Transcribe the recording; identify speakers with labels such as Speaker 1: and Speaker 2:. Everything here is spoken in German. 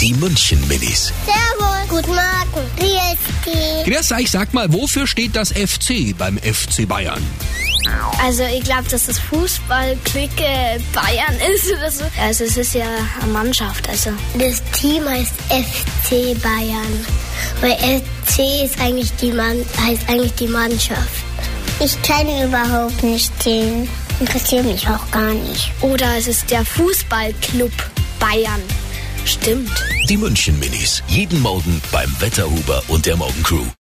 Speaker 1: Die München Minis.
Speaker 2: Servus. Guten Morgen. Grüß dich.
Speaker 1: Grüß euch, sag mal, wofür steht das FC beim FC Bayern?
Speaker 3: Also ich glaube, dass das Fußballklicke Bayern ist oder so. Also es ist ja eine Mannschaft, also.
Speaker 2: Das Team heißt FC Bayern. Weil FC ist eigentlich die Mann, heißt eigentlich die Mannschaft. Ich kann überhaupt nicht den. Interessiert mich auch gar nicht.
Speaker 3: Oder es ist der Fußballclub Bayern. Stimmt.
Speaker 1: Die München Minis. Jeden Morgen beim Wetterhuber und der Morgencrew.